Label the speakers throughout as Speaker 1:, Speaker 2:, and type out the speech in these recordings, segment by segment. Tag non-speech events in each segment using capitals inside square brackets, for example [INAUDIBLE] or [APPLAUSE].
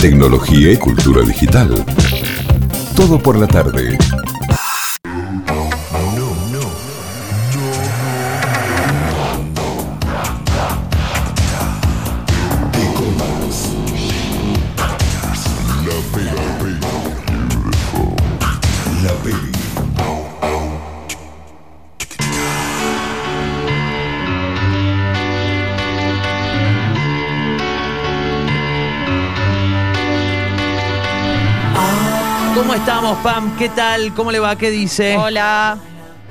Speaker 1: tecnología y cultura digital. Todo por la tarde.
Speaker 2: ¿Cómo estamos, Pam? ¿Qué tal? ¿Cómo le va? ¿Qué dice?
Speaker 3: Hola.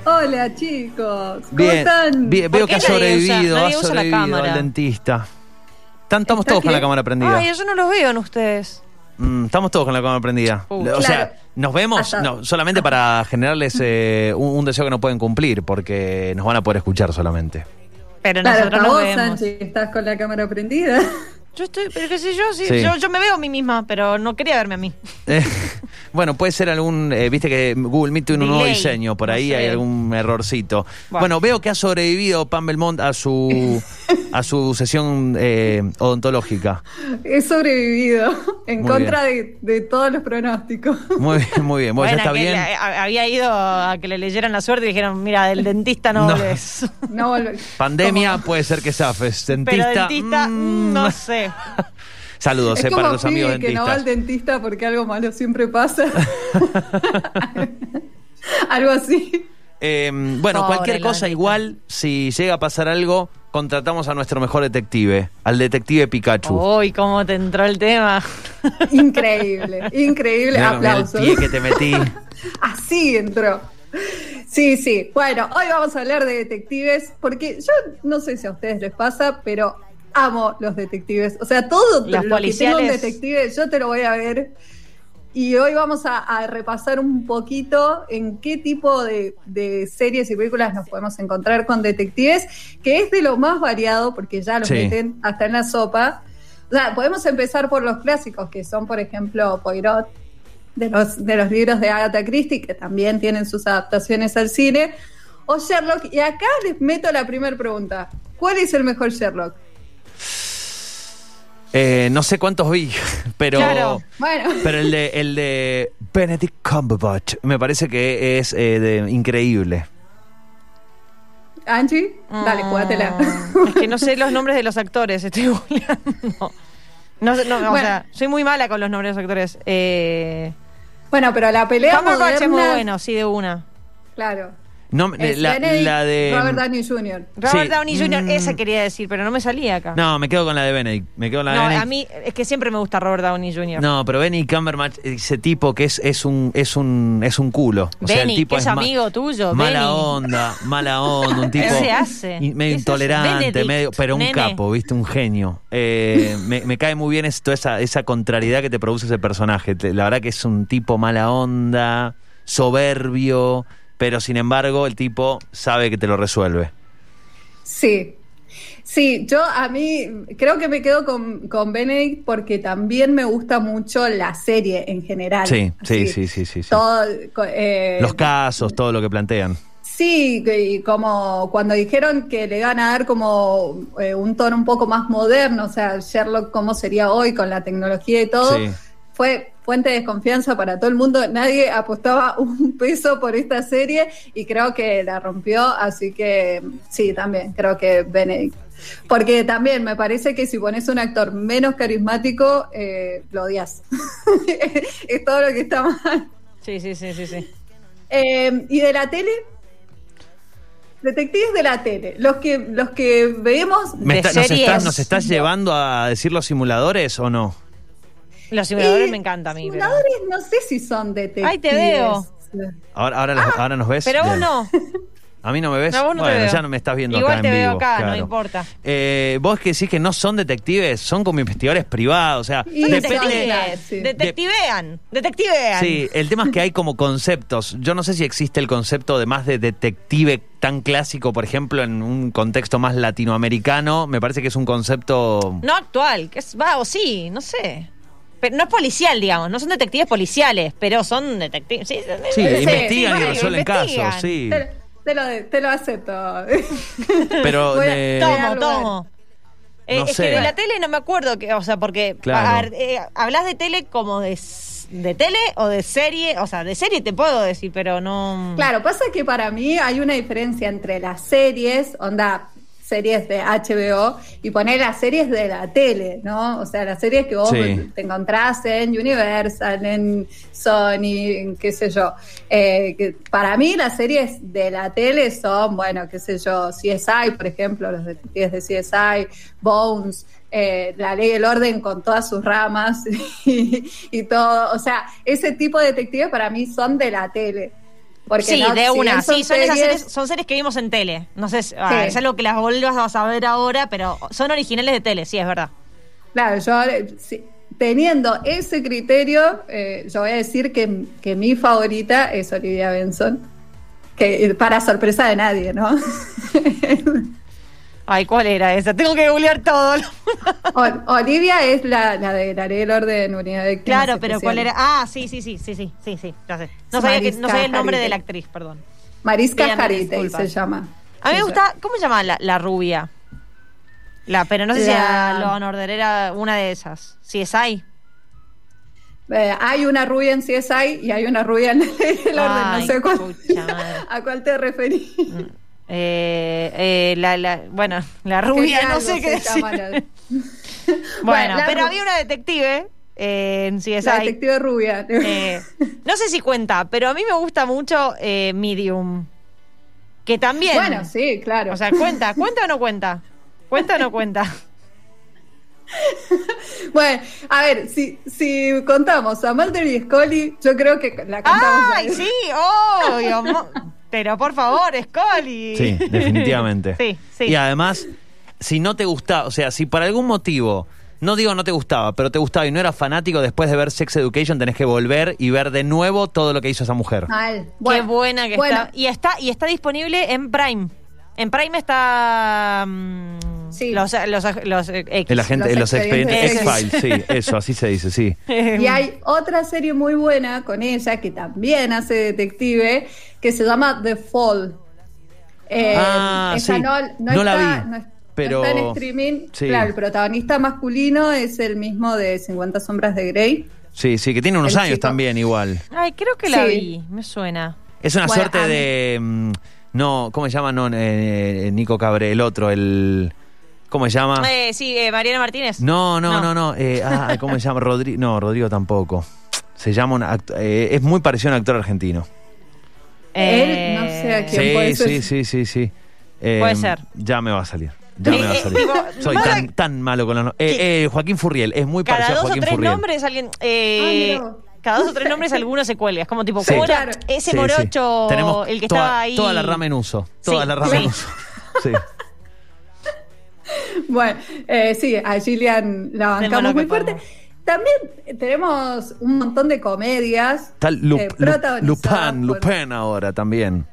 Speaker 4: Hola chicos, ¿cómo
Speaker 2: Bien.
Speaker 4: están?
Speaker 2: Bien,
Speaker 3: ¿Por
Speaker 2: Veo
Speaker 3: qué
Speaker 2: que ha
Speaker 3: nadie usa-
Speaker 2: sobrevivido,
Speaker 3: nadie
Speaker 2: ha
Speaker 3: usa la
Speaker 2: sobrevivido
Speaker 3: cámara?
Speaker 2: al dentista. Tan- estamos
Speaker 4: ¿Está
Speaker 2: todos con
Speaker 4: qué?
Speaker 2: la cámara prendida.
Speaker 3: Ay, yo no los veo en ustedes.
Speaker 2: Mm, estamos todos con la cámara prendida.
Speaker 3: Uh,
Speaker 2: o
Speaker 3: claro.
Speaker 2: sea, nos vemos
Speaker 4: Hasta-
Speaker 2: No, solamente para
Speaker 3: [LAUGHS]
Speaker 2: generarles eh, un, un deseo que no pueden cumplir, porque nos van a poder escuchar solamente.
Speaker 3: Pero
Speaker 4: Claro,
Speaker 3: nosotros
Speaker 4: hasta
Speaker 3: nos
Speaker 4: vos,
Speaker 3: vemos.
Speaker 4: Sanchi, que estás con la cámara prendida. [LAUGHS]
Speaker 3: Yo estoy, pero qué sé yo, sí,
Speaker 2: Sí.
Speaker 3: Yo, yo me veo a mí misma, pero no quería verme a mí.
Speaker 2: Eh, [LAUGHS] bueno, puede ser algún, eh, viste que Google Meet tiene un nuevo
Speaker 3: Delay,
Speaker 2: diseño, por
Speaker 3: no
Speaker 2: ahí
Speaker 3: sé.
Speaker 2: hay algún errorcito.
Speaker 3: Bueno.
Speaker 2: Bueno. veo que ha sobrevivido Pam Belmont a
Speaker 3: [LAUGHS]
Speaker 2: su, a su sesión eh, odontológica.
Speaker 4: He sobrevivido [LAUGHS] en
Speaker 2: Muy
Speaker 4: contra de, de todos
Speaker 2: [LAUGHS]
Speaker 4: los pronósticos.
Speaker 2: Muy bien, muy bien. Bueno, ya está
Speaker 3: que
Speaker 2: bien.
Speaker 3: le- a- había ido a que le leyeran la suerte y dijeron, mira, del
Speaker 2: [LAUGHS]
Speaker 3: dentista no,
Speaker 2: No.
Speaker 3: hables".
Speaker 4: No volve-
Speaker 2: Pandemia puede ser que zafes. Dentista.
Speaker 3: eh. pero dentista,
Speaker 2: mm, [LAUGHS]
Speaker 3: no sé.
Speaker 2: Saludos
Speaker 4: Es
Speaker 2: eh,
Speaker 4: como
Speaker 2: para los
Speaker 4: pibe
Speaker 2: amigos
Speaker 4: que no va
Speaker 2: dentistas.
Speaker 4: al dentista porque algo malo
Speaker 2: [LAUGHS]
Speaker 4: siempre pasa. [LAUGHS] algo así.
Speaker 2: Eh, bueno,
Speaker 3: Pobre
Speaker 2: cualquier
Speaker 3: la
Speaker 2: cosa
Speaker 3: neta.
Speaker 2: igual, si llega a pasar algo, contratamos a nuestro mejor detective, al detective Pikachu.
Speaker 3: Uy, cómo te entró el tema. [LAUGHS]
Speaker 4: Increíble, increíble.
Speaker 2: Mirá, mirá el
Speaker 4: Aplausos.
Speaker 2: pie que te
Speaker 4: [LAUGHS]
Speaker 2: metí.
Speaker 4: Así entró. Sí, sí. Bueno, hoy vamos a hablar de detectives porque yo no sé si a ustedes les pasa, pero amo los detectives. O sea,
Speaker 3: Las
Speaker 4: todo lo que tenga un
Speaker 3: policiales.
Speaker 4: detective yo te lo voy a ver. Y hoy vamos a, a repasar un poquito en qué tipo de, de series y películas nos podemos encontrar con detectives, que es de lo más variado porque ya los
Speaker 2: Sí.
Speaker 4: meten hasta en la sopa. O sea, podemos empezar por los clásicos, que son, por ejemplo, Poirot, de los, de los libros de Agatha Christie, que también tienen sus adaptaciones al cine, o Sherlock. Y acá les meto la primera pregunta. ¿Cuál es el mejor Sherlock?
Speaker 2: Eh, no sé cuántos vi, [LAUGHS] pero.
Speaker 3: Claro.
Speaker 4: Bueno,
Speaker 2: Pero el de, el de Benedict Cumberbatch me parece que es eh, de- increíble.
Speaker 4: Angie, dale,
Speaker 3: Mm,
Speaker 4: jugátela.
Speaker 3: Es que no sé los nombres de los actores, estoy [LAUGHS] googleando. No, sé, no, o
Speaker 4: Bueno.
Speaker 3: sea, soy muy mala con los nombres de los actores. Eh,
Speaker 4: [LAUGHS] bueno, pero la pelea
Speaker 3: Cumberbatch es muy
Speaker 4: moderna-
Speaker 3: bueno, sí, de una.
Speaker 4: Claro.
Speaker 2: No, eh,
Speaker 4: es
Speaker 2: la,
Speaker 4: Benedict
Speaker 2: la de. mm,
Speaker 4: Robert Downey Jr.
Speaker 3: Robert
Speaker 2: Sí,
Speaker 3: Downey Jr.,
Speaker 2: mm.
Speaker 3: esa quería decir, pero no me salía acá.
Speaker 2: No, me quedo con la de Benedict. Me quedo con la de
Speaker 3: No,
Speaker 2: Benedict.
Speaker 3: a mí es que siempre me gusta Robert Downey Jr.
Speaker 2: No, pero Benny Cumberbatch, ese tipo que es, es un es un es un culo. O sea,
Speaker 3: Benny,
Speaker 2: el tipo
Speaker 3: que es
Speaker 2: ma-
Speaker 3: amigo tuyo,
Speaker 2: Mala
Speaker 3: Benny.
Speaker 2: onda, mala onda,
Speaker 3: [LAUGHS]
Speaker 2: un tipo
Speaker 3: ¿Qué se hace?
Speaker 2: in- medio
Speaker 3: ¿Qué se hace?
Speaker 2: intolerante,
Speaker 3: Benedict,
Speaker 2: medio, pero un
Speaker 3: nene.
Speaker 2: capo, viste, un genio. Eh, [LAUGHS] me, me cae muy bien es- toda esa, esa contrariedad que te produce ese personaje. Te- La verdad que es un tipo mala onda, soberbio, pero sin embargo el tipo sabe que te lo resuelve.
Speaker 4: Sí. Sí, yo a mí creo que me quedo con, con Benedict porque también me gusta mucho la serie en general.
Speaker 2: Sí, sí,
Speaker 4: Así,
Speaker 2: sí, sí, sí, sí.
Speaker 4: Todo, co- eh,
Speaker 2: Los casos, todo lo que plantean.
Speaker 4: Sí, y como cuando dijeron que le iban a dar como eh, un tono un poco más moderno, o sea, Sherlock cómo sería hoy con la tecnología y todo,
Speaker 2: Sí.
Speaker 4: fue fuente de desconfianza para todo el mundo. Nadie apostaba [LAUGHS] un peso por esta serie y creo que la rompió, así que sí, también creo que Benedict. Porque también me parece que si pones un actor menos carismático, eh, lo odias. [LAUGHS] es todo lo que está mal.
Speaker 3: Sí, sí, sí, sí, sí.
Speaker 4: Eh, ¿Y de la tele? Detectives de la tele, los que, los que vemos...
Speaker 2: Me
Speaker 3: de
Speaker 2: está- nos,
Speaker 3: series.
Speaker 2: estás, ¿Nos estás llevando a decir los simuladores o no?
Speaker 3: Los simuladores
Speaker 4: Y
Speaker 3: me encantan a mí. Pero,
Speaker 4: simuladores no sé si son detectives.
Speaker 3: Ay, te veo.
Speaker 2: Ahora, ahora, los- ahora nos ves.
Speaker 3: Ah, pero vos
Speaker 2: Bien. [LAUGHS]
Speaker 3: no.
Speaker 2: A mí no me ves.
Speaker 3: No, vos no te
Speaker 2: bueno,
Speaker 3: veo.
Speaker 2: ya no me estás viendo
Speaker 3: Igual
Speaker 2: acá
Speaker 3: te
Speaker 2: en
Speaker 3: veo
Speaker 2: vivo.
Speaker 3: acá, no
Speaker 2: claro.
Speaker 3: importa.
Speaker 2: Eh, vos que decís que no son detectives, son como investigadores privados. O sea,
Speaker 4: Y
Speaker 3: Son
Speaker 4: Depende-
Speaker 3: detectives.
Speaker 4: Sí.
Speaker 3: Detectivean. Detectivean.
Speaker 2: Sí, el tema es que hay como conceptos. Yo no sé si existe el concepto de más de detective tan clásico, por ejemplo, en un contexto más latinoamericano. Me parece que es un concepto.
Speaker 3: No actual, que es, va, o sí, no sé. Pero no es policial, digamos, no son detectives policiales, pero son detectives. Sí,
Speaker 2: Sí,
Speaker 3: no sé,
Speaker 2: investigan y
Speaker 3: bueno,
Speaker 2: resuelven
Speaker 3: investigan.
Speaker 2: casos, sí.
Speaker 4: Te, te lo, te lo acepto. [LAUGHS]
Speaker 2: Pero
Speaker 4: Voy a-
Speaker 2: eh,
Speaker 4: Toma.
Speaker 3: Tomo,
Speaker 4: lugar.
Speaker 3: tomo. Eh,
Speaker 2: No
Speaker 3: es
Speaker 2: sé.
Speaker 3: que de la tele no me acuerdo, que, o sea, porque
Speaker 2: Claro.
Speaker 3: a ver, eh, hablas de tele como de, s- de tele o de serie, o sea, de serie te puedo decir, pero no...
Speaker 4: Claro, pasa que para mí hay una diferencia entre las series, onda, series de HBO, y poner las series de la tele, ¿no? O sea, las series que vos
Speaker 2: Sí.
Speaker 4: te encontrás en Universal, en Sony, en qué sé yo. Eh, que para mí las series de la tele son, bueno, qué sé yo, CSI, por ejemplo, los detectives de CSI, Bones. eh, la ley y el orden con todas sus ramas [LAUGHS] y, y todo, o sea, ese tipo de detectives para mí son de la tele. Porque
Speaker 3: sí,
Speaker 4: no,
Speaker 3: de
Speaker 4: si
Speaker 3: una.
Speaker 4: bien
Speaker 3: Sí, son esas series, son series que vimos en tele. No sé, si- ah,
Speaker 4: Sí.
Speaker 3: es algo que las volvas a ver ahora, pero son originales de tele, sí, es verdad.
Speaker 4: Claro, yo eh, si- teniendo ese criterio, eh, yo voy a decir que, que mi favorita es Olivia Benson. Que eh, para sorpresa de nadie, ¿no? [LAUGHS]
Speaker 3: Ay, ¿cuál era esa? Tengo que googlear todo. [LAUGHS]
Speaker 4: Ol- Olivia es la, la de la ley del orden unidad de Víctimas
Speaker 3: claro, pero ¿cuál era?
Speaker 4: Especiales.
Speaker 3: Ah, sí, sí, sí, sí, sí, sí, sí, ya sé. No sabía, que, no
Speaker 4: Mariska
Speaker 3: sabía el nombre de la
Speaker 4: Hargitay.
Speaker 3: actriz, perdón.
Speaker 4: Mariska
Speaker 3: Pidan
Speaker 4: Hargitay
Speaker 3: disculpas.
Speaker 4: se llama.
Speaker 3: A mí me
Speaker 4: Sí,
Speaker 3: gusta, ¿cómo se llama la, la rubia? La, pero no sé si
Speaker 4: La-
Speaker 3: a Law Order era una de esas. Si es ahí.
Speaker 4: Eh, hay una rubia en CSI y hay una rubia en [LAUGHS] la ley del orden.
Speaker 3: Ay,
Speaker 4: No sé cuál,
Speaker 3: pucha madre.
Speaker 4: [LAUGHS] a cuál te referís.
Speaker 3: Eh, eh, la, la- bueno, [LAUGHS] la rubia, no
Speaker 4: algo
Speaker 3: sé
Speaker 4: se
Speaker 3: qué decir.
Speaker 4: llama la-
Speaker 3: Bueno,
Speaker 4: Bueno, la
Speaker 3: pero
Speaker 4: ru-
Speaker 3: había una detective eh, en CSI.
Speaker 4: La detective rubia.
Speaker 3: Eh, no sé si cuenta, pero a mí me gusta mucho eh, Medium. Que también.
Speaker 4: Bueno, sí, claro.
Speaker 3: O sea, cuenta, cuenta o no cuenta. Cuenta o no cuenta.
Speaker 4: [LAUGHS] Bueno, a ver, si, si contamos a Mulder y Scully, yo creo que la contamos.
Speaker 3: ¡Ay,
Speaker 4: a-
Speaker 3: sí! obvio, mo- Pero por favor, Scully.
Speaker 2: Sí, definitivamente.
Speaker 3: [LAUGHS] Sí, sí.
Speaker 2: Y además, si no te gustaba, o sea, si por algún motivo, no digo no te gustaba, pero te gustaba y no eras fanático, después de ver Sex Education tenés que volver y ver de nuevo todo lo que hizo esa mujer.
Speaker 4: Mal.
Speaker 3: Qué buena que
Speaker 4: bueno,
Speaker 3: está. Y está y está disponible en Prime. En Prime está mm,
Speaker 4: Sí.
Speaker 3: los, los, los, eh, X.
Speaker 2: El
Speaker 3: [LAUGHS]
Speaker 2: agente, los,
Speaker 4: Los
Speaker 2: expedientes
Speaker 4: expedientes
Speaker 2: X-Files, sí, eso, así se dice, sí.
Speaker 4: Y hay otra serie muy buena con ella que también hace detective que se llama The Fall. Eh,
Speaker 2: Ah,
Speaker 4: esa
Speaker 2: sí.
Speaker 4: no, no
Speaker 2: No la
Speaker 4: está-
Speaker 2: vi,
Speaker 4: no es- no
Speaker 2: pero-
Speaker 4: está en streaming.
Speaker 2: sí.
Speaker 4: Claro, el protagonista masculino es el mismo de 50 Sombras de Grey.
Speaker 2: Sí, sí, que tiene unos
Speaker 4: El
Speaker 2: años
Speaker 4: chico.
Speaker 2: también igual.
Speaker 3: Ay, creo que la
Speaker 4: Sí.
Speaker 3: vi, me suena.
Speaker 2: Es una
Speaker 4: Bueno, a
Speaker 2: suerte
Speaker 4: mí-
Speaker 2: de... mm, No, ¿cómo se llama? No, eh, Nico Cabre, el otro, el... ¿Cómo se llama?
Speaker 3: Eh, sí, eh, Mariana Martínez.
Speaker 2: Ah. No, no, no,
Speaker 3: No.
Speaker 2: no.
Speaker 3: [LAUGHS]
Speaker 2: eh, ah, ¿Cómo se llama? Rodrigo. No, Rodrigo tampoco. Se llama un act- eh, Es muy parecido a un actor argentino.
Speaker 3: Eh,
Speaker 4: Él, no sé a quién
Speaker 2: Sí,
Speaker 4: puede ser.
Speaker 2: sí, sí, sí, sí. Eh,
Speaker 3: Puede ser.
Speaker 2: Ya me va a salir. Ya me va a
Speaker 3: Eh,
Speaker 2: salir.
Speaker 3: digo,
Speaker 2: Soy
Speaker 3: no
Speaker 2: tan,
Speaker 3: la-
Speaker 2: tan malo con los nombres. Eh, eh, Joaquín Furriel, es muy
Speaker 3: Cada
Speaker 2: parecido a
Speaker 3: dos o
Speaker 2: Joaquín
Speaker 3: tres
Speaker 2: Furriel.
Speaker 3: nombres alguien. eh,
Speaker 4: Ah, mira vos.
Speaker 3: cada dos o tres
Speaker 4: [LAUGHS]
Speaker 3: nombres alguno se cuelga. Es como tipo,
Speaker 2: Sí.
Speaker 3: ¿cómo era
Speaker 4: Claro.
Speaker 3: ese
Speaker 2: Sí, sí.
Speaker 3: morocho,
Speaker 2: Tenemos
Speaker 3: el que
Speaker 2: toda,
Speaker 3: estaba ahí?
Speaker 2: Toda la rama en uso. Toda
Speaker 3: Sí,
Speaker 2: la rama en
Speaker 3: sí. [LAUGHS]
Speaker 2: uso. Sí.
Speaker 4: Bueno, eh, sí, a Gillian la
Speaker 3: Hacemos lo
Speaker 4: bancamos
Speaker 3: que
Speaker 4: muy fuerte.
Speaker 3: podemos.
Speaker 4: También tenemos un montón de comedias.
Speaker 2: Está Lu-
Speaker 4: eh,
Speaker 2: Lu-
Speaker 4: protagonizadas
Speaker 2: Lupin,
Speaker 4: por-
Speaker 2: Lupin ahora también.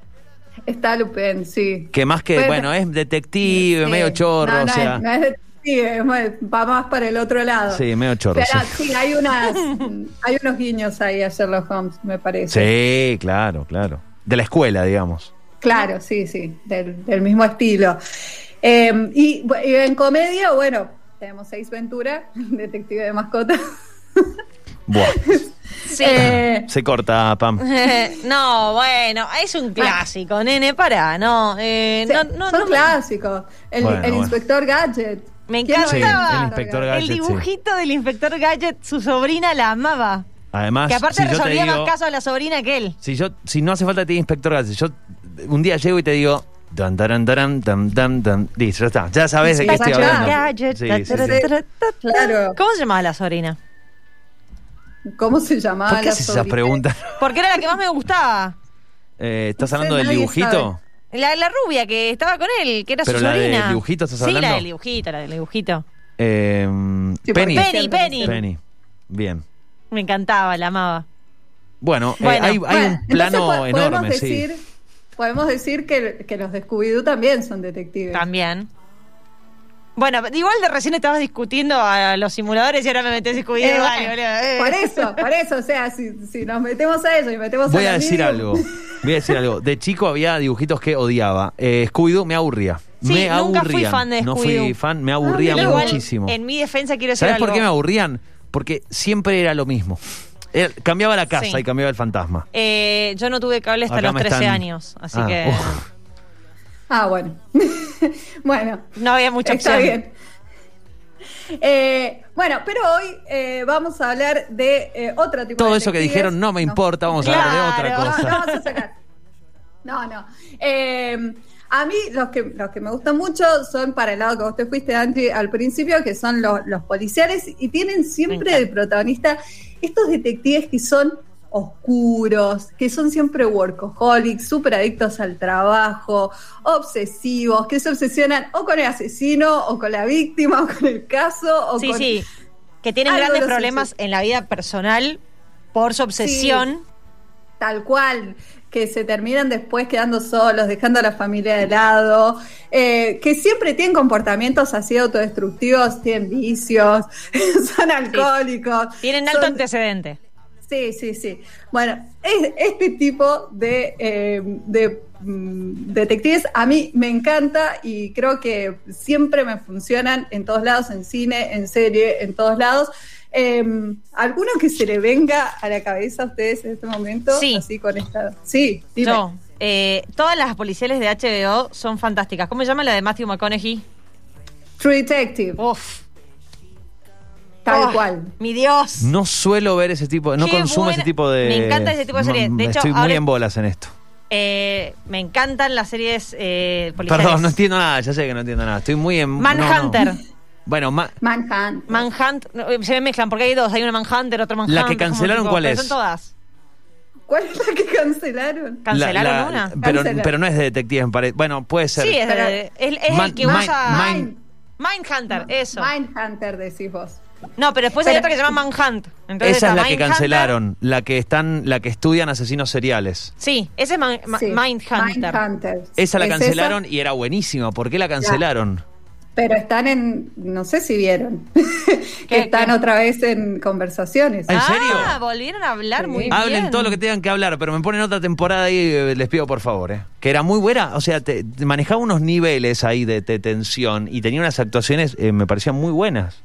Speaker 4: Está Lupin, sí.
Speaker 2: Que más que,
Speaker 4: Bueno,
Speaker 2: bueno, es detective,
Speaker 4: Sí.
Speaker 2: medio chorro,
Speaker 4: No, no
Speaker 2: o
Speaker 4: es-
Speaker 2: sea.
Speaker 4: no es detective, es más- va más para el otro lado.
Speaker 2: Sí, medio chorro,
Speaker 4: Pero
Speaker 2: sí.
Speaker 4: sí, hay, unas, [LAUGHS] hay unos guiños ahí a Sherlock Holmes, me parece.
Speaker 2: Sí, claro, claro. De la escuela, digamos.
Speaker 4: Claro, sí, sí, del, del mismo estilo. Eh, y, bu- y en comedia, bueno, tenemos Seis Ventura, [LAUGHS] Detective de Mascotas. [LAUGHS]
Speaker 2: Buah,
Speaker 3: Sí.
Speaker 4: Eh,
Speaker 2: se corta, Pam.
Speaker 3: [LAUGHS] no, bueno, es un clásico, nene, pará. No, eh,
Speaker 4: Ah. Sí,
Speaker 3: no, no,
Speaker 4: son
Speaker 3: no me-
Speaker 4: clásicos. El,
Speaker 2: Bueno,
Speaker 4: el
Speaker 2: bueno.
Speaker 4: inspector Gadget.
Speaker 3: Me
Speaker 4: ¿Quién no
Speaker 3: encantaba.
Speaker 2: Sí,
Speaker 4: amaba
Speaker 2: el inspector
Speaker 4: Gadget?
Speaker 2: Gadget,
Speaker 3: El
Speaker 2: sí.
Speaker 3: dibujito del inspector Gadget, su sobrina la amaba.
Speaker 2: Además,
Speaker 3: Que aparte
Speaker 2: si Ah, yo te
Speaker 3: resolvía
Speaker 2: digo,
Speaker 3: más casos a la sobrina que él.
Speaker 2: si yo, si no hace falta que te diga inspector Gadget, yo un día llego y te digo, dan, dan, dan, dan, dan, dan, listo, ya está, ya sabes de
Speaker 4: Sí,
Speaker 2: qué estoy
Speaker 4: ya
Speaker 2: hablando.
Speaker 4: está.
Speaker 3: Gadget,
Speaker 2: Sí,
Speaker 3: ta,
Speaker 2: sí,
Speaker 3: ta,
Speaker 2: sí.
Speaker 3: ta, ta, ta, ta.
Speaker 4: Claro.
Speaker 3: ¿Cómo se llamaba la sobrina?
Speaker 4: ¿Cómo se llamaba?
Speaker 2: ¿Por qué
Speaker 4: la
Speaker 2: haces esas
Speaker 4: sobrina?
Speaker 2: preguntas?
Speaker 3: Porque era la que más me gustaba.
Speaker 2: Eh, ¿Estás
Speaker 4: No sé,
Speaker 2: hablando del
Speaker 4: nadie
Speaker 2: dibujito?
Speaker 4: sabe.
Speaker 3: La, la rubia que estaba con él, que era
Speaker 2: Pero
Speaker 3: su
Speaker 2: la del
Speaker 3: sobrina.
Speaker 2: dibujito estás
Speaker 3: Sí, la
Speaker 2: hablando.
Speaker 3: del dibujito, la del dibujito.
Speaker 2: Eh,
Speaker 4: Sí, porque
Speaker 2: Penny.
Speaker 4: siempre
Speaker 3: Penny, Penny.
Speaker 4: me-
Speaker 2: Penny. Bien.
Speaker 3: Me encantaba, la amaba.
Speaker 2: Bueno, eh,
Speaker 3: Bueno,
Speaker 2: hay, hay
Speaker 4: Bueno,
Speaker 2: un
Speaker 4: entonces
Speaker 2: plano
Speaker 4: po- podemos
Speaker 2: enorme,
Speaker 4: decir,
Speaker 2: sí.
Speaker 4: Podemos decir que, que los de Scooby-Doo también son detectives.
Speaker 3: También. Bueno, igual de recién estabas discutiendo a los simuladores y ahora me metes Scooby-Doo.
Speaker 4: Eh,
Speaker 3: vale,
Speaker 4: bueno,
Speaker 3: boludo, eh.
Speaker 4: Por eso, por eso, o sea, si, si nos metemos a ellos y metemos
Speaker 2: Voy
Speaker 4: la
Speaker 2: a decir
Speaker 4: Medium,
Speaker 2: algo. Voy a decir algo. De chico había dibujitos que odiaba. Eh, Scooby-Doo me aburría.
Speaker 3: Sí,
Speaker 2: me
Speaker 3: nunca
Speaker 2: aburrían.
Speaker 3: fui fan de
Speaker 2: no fui
Speaker 3: Scooby-Doo. Ah,
Speaker 2: fan, me aburrían
Speaker 3: Igual,
Speaker 2: muchísimo.
Speaker 3: En mi defensa quiero decir
Speaker 2: ¿Sabes por
Speaker 3: algo.
Speaker 2: qué me aburrían? Porque siempre era lo mismo. Era- cambiaba la casa
Speaker 3: Sí.
Speaker 2: y cambiaba el fantasma.
Speaker 3: Eh, yo no tuve cable hasta
Speaker 2: Acá
Speaker 3: los
Speaker 2: me
Speaker 3: 13
Speaker 2: están-
Speaker 3: años, así
Speaker 2: Ah,
Speaker 3: que
Speaker 2: uf.
Speaker 4: Ah, bueno. [LAUGHS] bueno,
Speaker 3: no había mucha
Speaker 4: está
Speaker 3: opción.
Speaker 4: bien. Eh, bueno, pero hoy eh, vamos a hablar de eh, otro tipo de
Speaker 2: Todo eso que
Speaker 4: detectives.
Speaker 2: dijeron no me importa, vamos a hablar de otra
Speaker 3: Claro.
Speaker 4: No, [LAUGHS] no
Speaker 2: cosa.
Speaker 4: vamos a sacar. No, no. Eh, a mí los que, los que me gustan mucho son para el lado que vos te fuiste, Angie, al principio, que son los, los policiales y tienen siempre de protagonista estos detectives que son oscuros, que son siempre workaholics, súper adictos al trabajo, obsesivos, que se obsesionan o con el asesino, o con la víctima, o con el caso, o
Speaker 3: Sí,
Speaker 4: con...
Speaker 3: sí. Que tienen
Speaker 4: Algo
Speaker 3: grandes
Speaker 4: los
Speaker 3: problemas
Speaker 4: obsesiona.
Speaker 3: en la vida personal por su obsesión.
Speaker 4: Tal cual, que se terminan después quedando solos, dejando a la familia de lado, eh, que siempre tienen comportamientos así autodestructivos, tienen vicios, [LAUGHS] son alcohólicos.
Speaker 3: Tienen alto
Speaker 4: son-
Speaker 3: antecedente.
Speaker 4: Sí, sí, sí. Bueno, es- este tipo de, eh, de, mm, detectives a mí me encanta y creo que siempre me funcionan en todos lados, en cine, en serie, en todos lados. Eh, ¿Alguno que se le venga a la cabeza a ustedes en este momento?
Speaker 3: Sí.
Speaker 4: Así con esta... Sí, dime.
Speaker 3: Yo, eh, todas las policiales de HBO son fantásticas. ¿Cómo se llama la de Matthew McConaughey?
Speaker 4: True Detective,
Speaker 3: Uf.
Speaker 4: tal
Speaker 3: Oh,
Speaker 4: cual.
Speaker 3: Mi Dios.
Speaker 2: No suelo ver ese tipo, no
Speaker 3: Qué
Speaker 2: consumo
Speaker 3: buena-
Speaker 2: ese tipo de.
Speaker 3: Me encanta ese tipo de
Speaker 2: No,
Speaker 3: series. De hecho,
Speaker 2: estoy muy
Speaker 3: ahora-
Speaker 2: en bolas en esto.
Speaker 3: Eh, me encantan las series eh, policiales.
Speaker 2: Perdón, no entiendo nada, ya sé que no entiendo nada. Estoy muy en. no, no.
Speaker 3: Manhunter.
Speaker 2: Bueno, ma-
Speaker 4: Manhunt.
Speaker 3: Manhunt. no, eh, se me mezclan porque hay dos. Hay una Manhunter, otra Manhunt.
Speaker 2: que
Speaker 3: es como
Speaker 2: cancelaron,
Speaker 3: tipo-
Speaker 2: ¿cuál
Speaker 3: pero
Speaker 2: es?
Speaker 3: Son todas.
Speaker 4: ¿Cuál es la que cancelaron?
Speaker 2: la-
Speaker 3: ¿Cancelaron
Speaker 2: la-
Speaker 3: una?
Speaker 2: Pero,
Speaker 4: Cancelaron.
Speaker 2: pero no es de detectives, me parece. Bueno, puede ser.
Speaker 3: Sí, es,
Speaker 4: Pero-
Speaker 3: de- es- es
Speaker 2: Man-
Speaker 3: el que usa.
Speaker 2: Mind-
Speaker 3: Mindhunter, eso.
Speaker 4: Mindhunter, decís vos.
Speaker 3: no, pero después hay
Speaker 4: Pero-
Speaker 3: otra que se llama Manhunt. Entonces
Speaker 2: Esa es
Speaker 3: está
Speaker 2: la que
Speaker 3: Mindhunter.
Speaker 2: cancelaron, la que están, la que estudian asesinos seriales.
Speaker 3: Sí, ese es Man- Ma-
Speaker 4: Sí,
Speaker 3: Mindhunter.
Speaker 4: Mindhunter.
Speaker 2: Esa la
Speaker 4: ¿Es
Speaker 2: cancelaron y era buenísima. ¿Por qué la cancelaron?
Speaker 4: Pero están en, no sé si vieron, [LAUGHS] que están
Speaker 3: qué?
Speaker 4: otra vez en conversaciones.
Speaker 2: ¿En serio?
Speaker 3: Ah, volvieron a hablar
Speaker 4: Sí.
Speaker 3: muy bien.
Speaker 2: Hablen todo lo que tengan que hablar, pero me ponen otra temporada ahí, eh, les pido por favor. eh. Que era muy buena, o sea, te, te manejaba unos niveles ahí de, de tensión y tenía unas actuaciones, eh, me parecían muy buenas.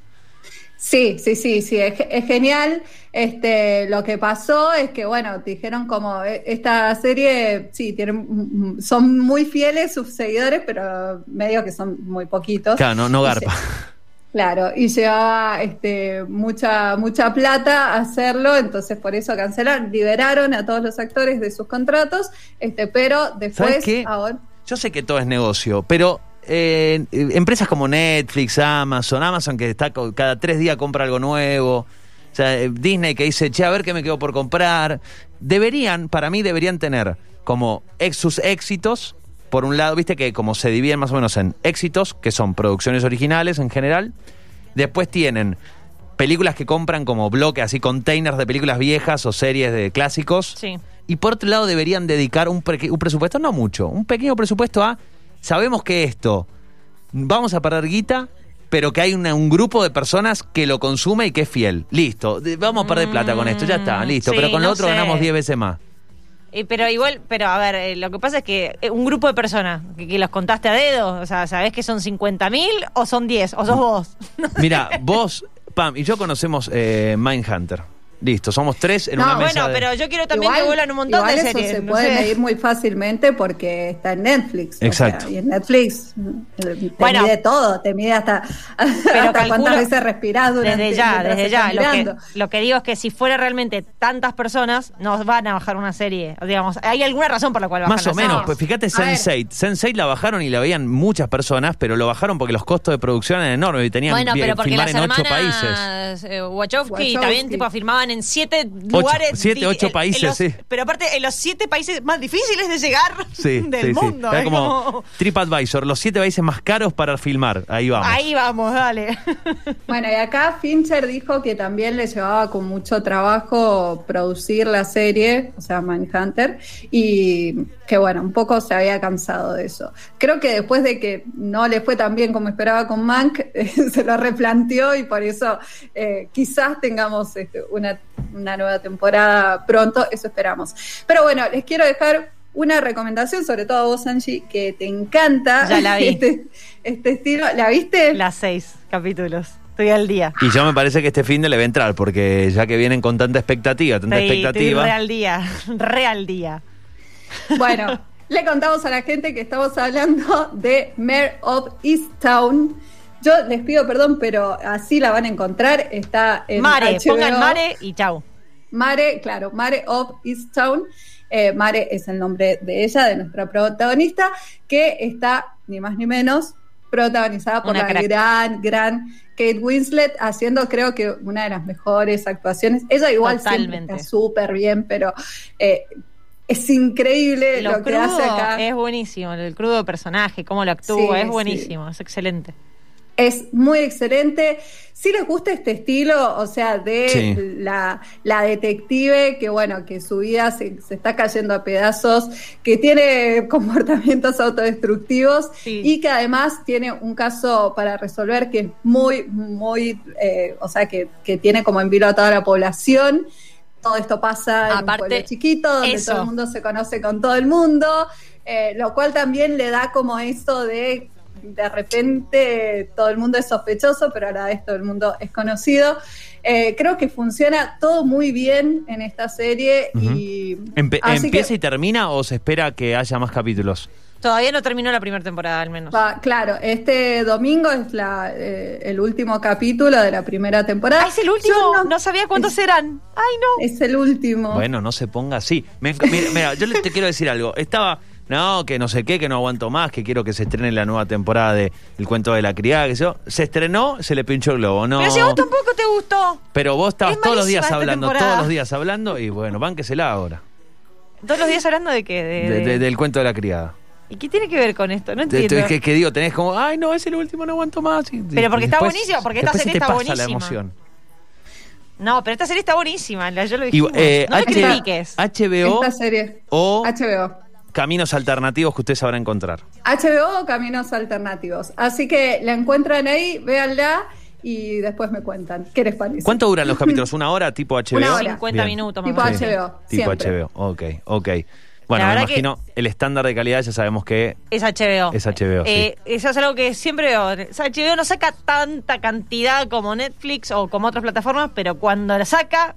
Speaker 4: Sí, sí, sí, sí, es, ge- es genial. Este, lo que pasó es que, bueno, dijeron como eh, esta serie, sí, tienen, mm, mm, son muy fieles sus seguidores, pero medio que son muy poquitos.
Speaker 2: Claro, no, no
Speaker 4: Y
Speaker 2: garpa.
Speaker 4: se- Claro, y llevaba este, mucha, mucha plata hacerlo, entonces por eso cancelaron, liberaron a todos los actores de sus contratos, este, pero después,
Speaker 2: qué?
Speaker 4: ahora...
Speaker 2: Yo sé que todo es negocio, pero eh, eh, empresas como Netflix, Amazon, Amazon que está co- cada tres días compra algo nuevo, o sea, eh, Disney que dice, che, a ver qué me quedo por comprar, deberían, para mí deberían tener como ex- sus éxitos, por un lado, viste que como se dividen más o menos en éxitos, que son producciones originales en general, después tienen películas que compran como bloque, así containers de películas viejas o series de clásicos.
Speaker 3: Sí.
Speaker 2: Y por otro lado deberían dedicar un, preque- un presupuesto, no mucho, un pequeño presupuesto a, sabemos que esto, vamos a perder guita, pero que hay una- un grupo de personas que lo consume y que es fiel. Listo, de- vamos a perder plata con esto, ya está,
Speaker 3: Mm,
Speaker 2: listo,
Speaker 3: sí,
Speaker 2: pero con lo
Speaker 3: no
Speaker 2: otro
Speaker 3: sé.
Speaker 2: ganamos 10 veces más.
Speaker 3: Eh, pero igual, pero a ver, eh, lo que pasa es que eh, un grupo de personas que, que los contaste a dedo, o sea, ¿sabés que son 50.000 o son 10? ¿O sos vos?
Speaker 2: Mira, vos, Pam, y yo conocemos eh, Mindhunter. Listo, somos tres en
Speaker 4: No,
Speaker 2: una mesa.
Speaker 3: bueno,
Speaker 2: de-
Speaker 3: pero yo quiero también que vuelan un montón
Speaker 4: igual
Speaker 3: de
Speaker 4: eso
Speaker 3: series.
Speaker 4: se
Speaker 3: no
Speaker 4: puede
Speaker 3: sé.
Speaker 4: medir muy fácilmente porque está en Netflix. o
Speaker 2: Exacto.
Speaker 4: sea, y en Netflix mm, te
Speaker 3: Bueno.
Speaker 4: mide todo, te mide hasta, [LAUGHS] hasta
Speaker 3: calculo-
Speaker 4: cuántas veces respirás durante
Speaker 3: Desde ya,
Speaker 4: mientras
Speaker 3: desde ya.
Speaker 4: estás
Speaker 3: Lo que,
Speaker 4: mirando.
Speaker 3: lo que digo es que si fuera realmente tantas personas, nos van a bajar una serie. Digamos, hay alguna razón por la cual bajan
Speaker 2: Más o
Speaker 3: las
Speaker 2: menos,
Speaker 3: series.
Speaker 2: pues fíjate
Speaker 4: A ver.
Speaker 2: Sense8. Sense8 la bajaron y la veían muchas personas, pero lo bajaron porque los costos de producción eran enormes y tenían
Speaker 3: Bueno,
Speaker 2: que
Speaker 3: pero porque
Speaker 2: filmar
Speaker 3: las
Speaker 2: en ocho países.
Speaker 3: hermanas eh, Wachowski,
Speaker 4: Wachowski.
Speaker 3: también tipo afirmaban en siete lugares.
Speaker 2: siete,
Speaker 3: di-
Speaker 2: ocho
Speaker 3: en- en
Speaker 2: países,
Speaker 3: los-
Speaker 2: sí.
Speaker 3: Pero aparte, en los siete países más difíciles de llegar
Speaker 2: Sí,
Speaker 3: [LAUGHS]
Speaker 2: sí,
Speaker 3: del
Speaker 2: sí.
Speaker 3: mundo.
Speaker 2: Era
Speaker 3: es
Speaker 2: como,
Speaker 3: como-
Speaker 2: TripAdvisor, los siete países más caros para filmar. Ahí vamos.
Speaker 3: Ahí vamos, dale.
Speaker 4: Bueno, y acá Fincher dijo que también le llevaba con mucho trabajo producir la serie, o sea, Manhunter, y que bueno, un poco se había cansado de eso. Creo que después de que no le fue tan bien como esperaba con Mank, [LAUGHS] eh, se lo replanteó y por eso eh, quizás tengamos este, una, una nueva temporada pronto, eso esperamos. Pero bueno, les quiero dejar una recomendación, sobre todo a vos, Angie, que te encanta
Speaker 3: Ya la vi.
Speaker 4: [LAUGHS] Este, este estilo. ¿La viste?
Speaker 3: Las seis capítulos. Estoy al día.
Speaker 2: Y yo me parece que este fin de le va a entrar, porque ya que vienen con tanta expectativa, tanta
Speaker 3: Estoy, estoy re
Speaker 2: expectativa.
Speaker 3: al día. [LAUGHS] Re al día.
Speaker 4: Bueno, le contamos a la gente que estamos hablando de Mayor of Easttown. Yo les pido perdón, pero así la van a encontrar. Está en
Speaker 3: Mare,
Speaker 4: HBO.
Speaker 3: pongan Mare y chau.
Speaker 4: Mare, claro, Mare of Easttown. Eh, Mare es el nombre de ella, de nuestra protagonista, que está ni más ni menos protagonizada por
Speaker 3: Una
Speaker 4: la
Speaker 3: crack.
Speaker 4: gran, gran Kate Winslet, haciendo creo que una de las mejores actuaciones. Ella igual
Speaker 3: Totalmente.
Speaker 4: siempre está súper bien, pero eh, es increíble
Speaker 3: Lo,
Speaker 4: Eh, lo, que
Speaker 3: crudo
Speaker 4: hace acá.
Speaker 3: es buenísimo. El crudo de personaje, cómo lo actúa,
Speaker 4: Sí,
Speaker 3: es
Speaker 4: sí.
Speaker 3: buenísimo. Es excelente.
Speaker 4: Es muy excelente. Si les gusta este estilo, o sea, de
Speaker 2: Sí.
Speaker 4: la, la detective, que bueno, que su vida se, se está cayendo a pedazos, que tiene [LAUGHS] comportamientos autodestructivos
Speaker 3: Sí.
Speaker 4: y que además tiene un caso para resolver que es muy, muy, eh, o sea, que, que tiene como en vilo a toda la población. Todo esto pasa en
Speaker 3: Aparte,
Speaker 4: un pueblo chiquito, donde
Speaker 3: eso.
Speaker 4: todo el mundo se conoce con todo el mundo, eh, lo cual también le da como eso de de repente todo el mundo es sospechoso, pero a la vez todo el mundo es conocido. Eh, creo que funciona todo muy bien en esta serie y
Speaker 2: Empe-
Speaker 4: así
Speaker 2: ¿Empieza
Speaker 4: que-
Speaker 2: y termina o se espera que haya más capítulos?
Speaker 3: Todavía no terminó la primera temporada, al menos.
Speaker 4: va- claro, este domingo es la, eh, el último capítulo de la primera temporada.
Speaker 3: Ah, es el último.
Speaker 4: Yo
Speaker 3: No, sabía cuántos eran. Ay, no.
Speaker 4: Es el último.
Speaker 2: Bueno, no se ponga así. Me enc- mira, mira, yo le- te quiero decir algo. Estaba, no, que no sé qué, que no aguanto más, que quiero que se estrene la nueva temporada de El cuento de la criada, que yo. Se estrenó, se le pinchó el globo, no.
Speaker 3: Pero si a vos tampoco te gustó.
Speaker 2: Pero vos estabas
Speaker 3: Es
Speaker 2: todos los
Speaker 3: malísima
Speaker 2: días
Speaker 3: esta
Speaker 2: hablando,
Speaker 3: temporada.
Speaker 2: todos los días hablando, y bueno, bánquesela ahora.
Speaker 3: Todos los días hablando de qué. De-
Speaker 2: De-
Speaker 3: de-
Speaker 2: de- del cuento de la criada.
Speaker 3: ¿Y qué tiene que ver con esto? No
Speaker 2: Te- te-
Speaker 3: Eh, entiendo.
Speaker 2: que, que digo, tenés como, ay, no, es el último, no aguanto más. Y-
Speaker 3: Pero porque
Speaker 2: y
Speaker 3: está buenísimo, porque esta
Speaker 2: después se
Speaker 3: serie
Speaker 2: te
Speaker 3: está
Speaker 2: pasa la
Speaker 3: buenísima.
Speaker 2: emoción.
Speaker 3: No, pero esta serie está buenísima. la- Yo lo
Speaker 2: Y,
Speaker 3: dijimos.
Speaker 2: eh,
Speaker 3: no me
Speaker 2: H-
Speaker 3: critiques.
Speaker 2: HBO
Speaker 4: esta serie.
Speaker 2: o
Speaker 4: HBO.
Speaker 2: caminos alternativos que usted sabrá encontrar.
Speaker 4: HBO o Caminos Alternativos. Así que la encuentran ahí, véanla y después me cuentan. ¿Qué les parece?
Speaker 2: ¿Cuánto duran
Speaker 4: [LAUGHS]
Speaker 2: los capítulos? ¿Una hora tipo HBO?
Speaker 4: Una hora.
Speaker 3: 50
Speaker 2: Bien.
Speaker 3: minutos
Speaker 4: Tipo
Speaker 3: más o menos.
Speaker 4: HBO.
Speaker 2: Tipo
Speaker 4: siempre.
Speaker 2: HBO, ok, ok. Bueno,
Speaker 3: La
Speaker 2: me
Speaker 3: verdad que-
Speaker 2: imagino el estándar de calidad, ya sabemos que
Speaker 3: Es HBO.
Speaker 2: Es HBO, sí.
Speaker 3: Eh, Eso es algo que siempre veo. O sea, HBO no saca tanta cantidad como Netflix o como otras plataformas, pero cuando la saca,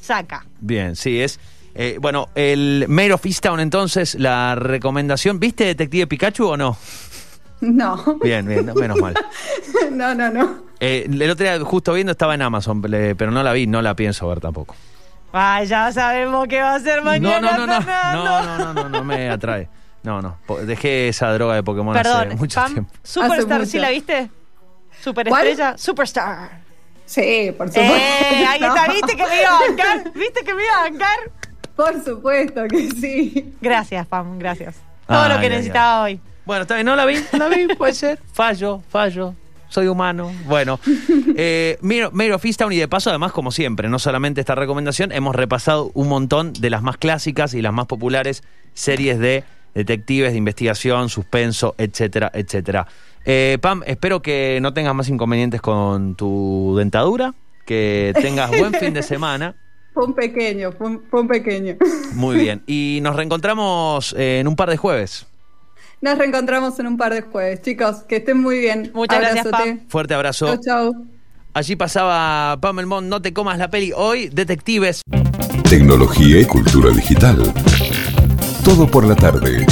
Speaker 3: saca.
Speaker 2: bien, sí, es. eh, bueno, el Mero of Easttown, entonces, la recomendación. ¿Viste Detective Pikachu o no?
Speaker 4: No.
Speaker 2: Bien, bien, no, menos mal.
Speaker 4: [LAUGHS] no, no, no.
Speaker 2: Eh, el otro día, justo viendo, estaba en Amazon, le- pero no la vi, no la pienso ver tampoco.
Speaker 3: Ay, ya sabemos qué va a ser
Speaker 2: No,
Speaker 3: mañana.
Speaker 2: no, no, no,
Speaker 3: Fernando.
Speaker 2: no, no, no, no, no me atrae. No, no, po- dejé esa droga de Pokémon hace
Speaker 3: Perdón,
Speaker 2: mucho
Speaker 3: Pam,
Speaker 2: tiempo.
Speaker 3: Superstar,
Speaker 4: Hace
Speaker 3: ¿sí
Speaker 4: mucho.
Speaker 3: la viste? Superestrella, Superstar.
Speaker 4: Sí, por supuesto.
Speaker 3: Eh, ahí está, ¿viste que me iba a bancar? ¿Viste que me iba a bancar?
Speaker 4: [LAUGHS] Por supuesto que sí.
Speaker 3: Gracias, Pam, gracias. Todo
Speaker 2: Ay,
Speaker 3: lo que
Speaker 2: ay,
Speaker 3: necesitaba hoy.
Speaker 2: Bueno, está bien, no la vi, no la
Speaker 4: [LAUGHS]
Speaker 2: vi, puede ser. Fallo, fallo. Soy humano. Bueno, eh, Miro, Miro Fistown y de paso, además, como siempre, no solamente esta recomendación, hemos repasado un montón de las más clásicas y las más populares series de detectives, de investigación, suspenso, etcétera, etcétera. Eh, Pam, espero que no tengas más inconvenientes con tu dentadura, que tengas buen fin de
Speaker 4: [LAUGHS]
Speaker 2: semana.
Speaker 4: Fue un pequeño, fue un, fue un pequeño.
Speaker 2: Muy bien. Y nos reencontramos eh, en un par de jueves.
Speaker 4: Nos reencontramos en un par de jueves. Chicos, que estén muy bien.
Speaker 3: Muchas gracias,
Speaker 4: Abrazote.
Speaker 2: Fuerte abrazo.
Speaker 4: Chau, chau.
Speaker 2: Allí pasaba Pam El Mon, no te comas la peli. Hoy, detectives.
Speaker 1: Tecnología y cultura digital. Todo por la tarde.